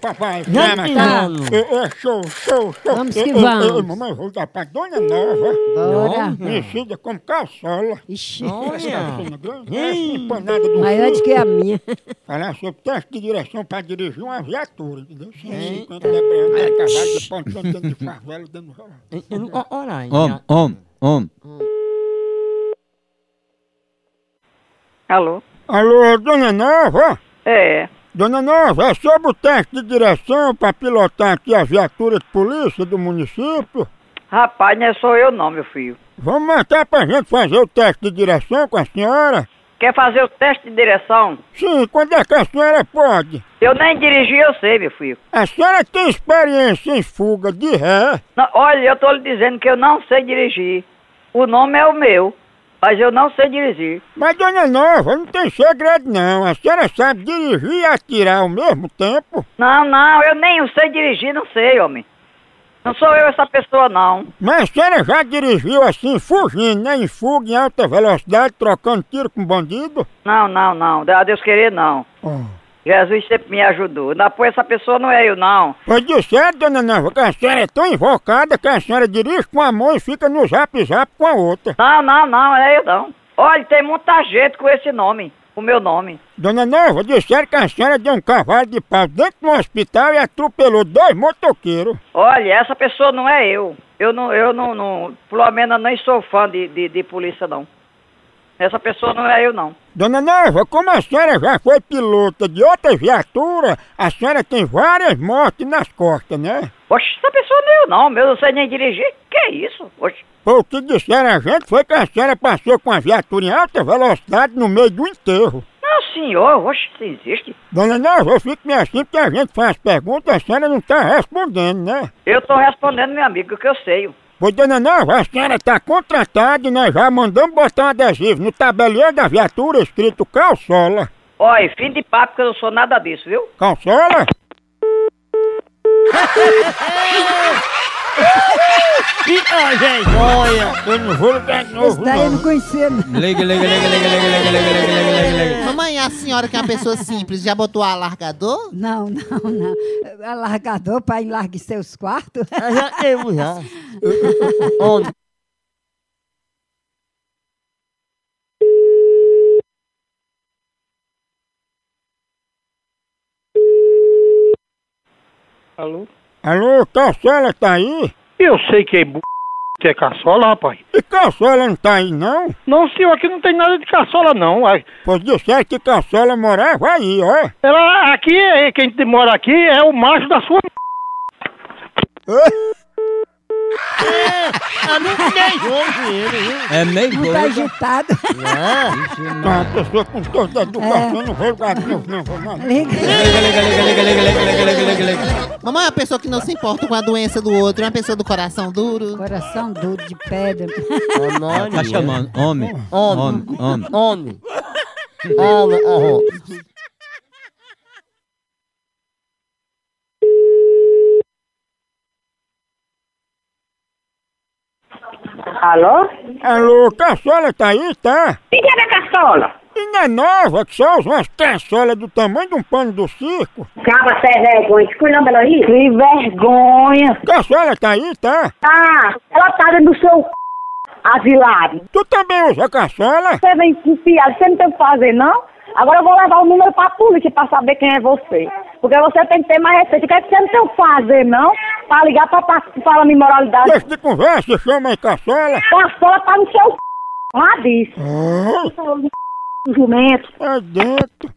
papai. Vamos Chama, que chama. vamos. Eu, eu, show, show, show. Vamos Eu- que eu- eu- vamos. Hum. Mamãe, eu vou dar pra Dona Nova, Ah. Bora. mexida como calçola. Ixi. Olha. Cena grande, é empanada do Hum. Maior do que a minha. Falar sobre teste de direção para dirigir uma viatura, entendeu? 150 debreando a cavalo é de pontinha dentro de favela, dando rolado. Eu- Eu nunca orai. Om, om, om. Alô? Alô, Dona Nova? É, Dona Nova, é sobre o teste de direção para pilotar aqui a viatura de polícia do município? rapaz, não é só eu não, meu filho. Vamos marcar pra gente fazer o teste de direção com a senhora? Quer fazer o teste de direção? Sim, quando é que a senhora pode? Eu nem dirigi, eu sei, meu filho. A senhora tem experiência em fuga de ré? Não, olha, eu tô lhe dizendo que eu não sei dirigir. O nome é o meu, mas eu não sei dirigir. Mas, Dona Nova, não tem segredo não. A senhora sabe dirigir e atirar ao mesmo tempo? Não, não, eu nem sei dirigir, não sei, homem. Não sou eu essa pessoa, não. Mas a senhora já dirigiu assim, fugindo, né? Em fuga, em alta velocidade, trocando tiro com bandido? Não, não, não, a Deus querer, não. Oh. Jesus sempre me ajudou. Não, pô, essa pessoa não é eu, não. Pois disseram, Dona Nova, que a senhora é tão invocada que a senhora dirige com a mão e fica no zap-zap com a outra. Não, não, não, é eu, não. Olha, tem muita gente com esse nome, o meu nome. Dona Nova, disseram que a senhora deu um cavalo de pau dentro de um hospital e atropelou dois motoqueiros. Olha, essa pessoa não é eu. Eu não, eu não, não pelo menos eu nem sou fã de, de, de polícia, não. Essa pessoa não é eu, não. Dona Nova, como a senhora já foi pilota de outra viatura, a senhora tem várias mortes nas costas, né? Oxe, essa pessoa não é eu, não. Meu, eu não sei nem dirigir. Que é isso? Oxe. Foi o que disseram a gente foi que a senhora passou com a viatura em alta velocidade no meio do enterro. Não, senhor. Oxe, isso existe. Dona Nova, eu fico meio assim porque a gente faz perguntas, a senhora não tá respondendo, né? Eu tô respondendo, meu amigo, o que eu sei. Pois, dona Nova, a senhora tá contratada e nós já mandamos botar um adesivo no tabelião da viatura escrito Calçola. Olha, fim de papo que eu não sou nada disso, viu? Calçola? Olha, eu não vou lugar Esse novo, daí eu não. não conhecia, não. Liga, liga, liga, liga, liga, liga, liga, liga, liga, liga, liga. Mamãe, a senhora que é uma pessoa simples, já botou alargador? Não, não, não. Alargador para enlarguecer os quartos? Eu já eu já. Onde? Alô? Alô, Calçola tá aí? Eu sei que é b... que é caçola, rapaz. E Calçola não tá aí, não? Não, senhor, aqui não tem nada de caçola, não. A- Pois disseram que Calçola morava aí, ó. Ela, aqui, é- quem mora aqui é o macho da sua... m****. É meio Muito doido. agitado. Tá, a pessoa com toda a educação, não vou lugar novo, não, vou não. Liga. Liga, liga, liga, liga, liga, liga, liga, liga, liga, liga. Mamãe é uma pessoa que não se importa com a doença do outro, é uma pessoa do coração duro. Coração duro de pedra. Tá chamando. Homem, Homem. homem, homem. Homem. Homem. aham. Alô? Alô, Calçola tá aí, tá? Quem é da caçola? E não é nova, que só usa umas caçolas do tamanho de um pano do circo. Acaba sem é vergonha. Escolha ela aí. Que vergonha. Caçola tá aí, tá? Ah, ela tá dentro do seu c... asilado. Tu também usa caçola? Você vem com piada, você não tem o que fazer, não? Agora eu vou levar o número pra polícia pra saber quem é você. Porque você tem que ter mais respeito. Quer que você não tem o que fazer, não? Pra ligar pra, pra falar de moralidade. Deixa de conversa, chama aí caçola. Pastora tá no seu c... lá disso. Oh, Jumento. tá dentro.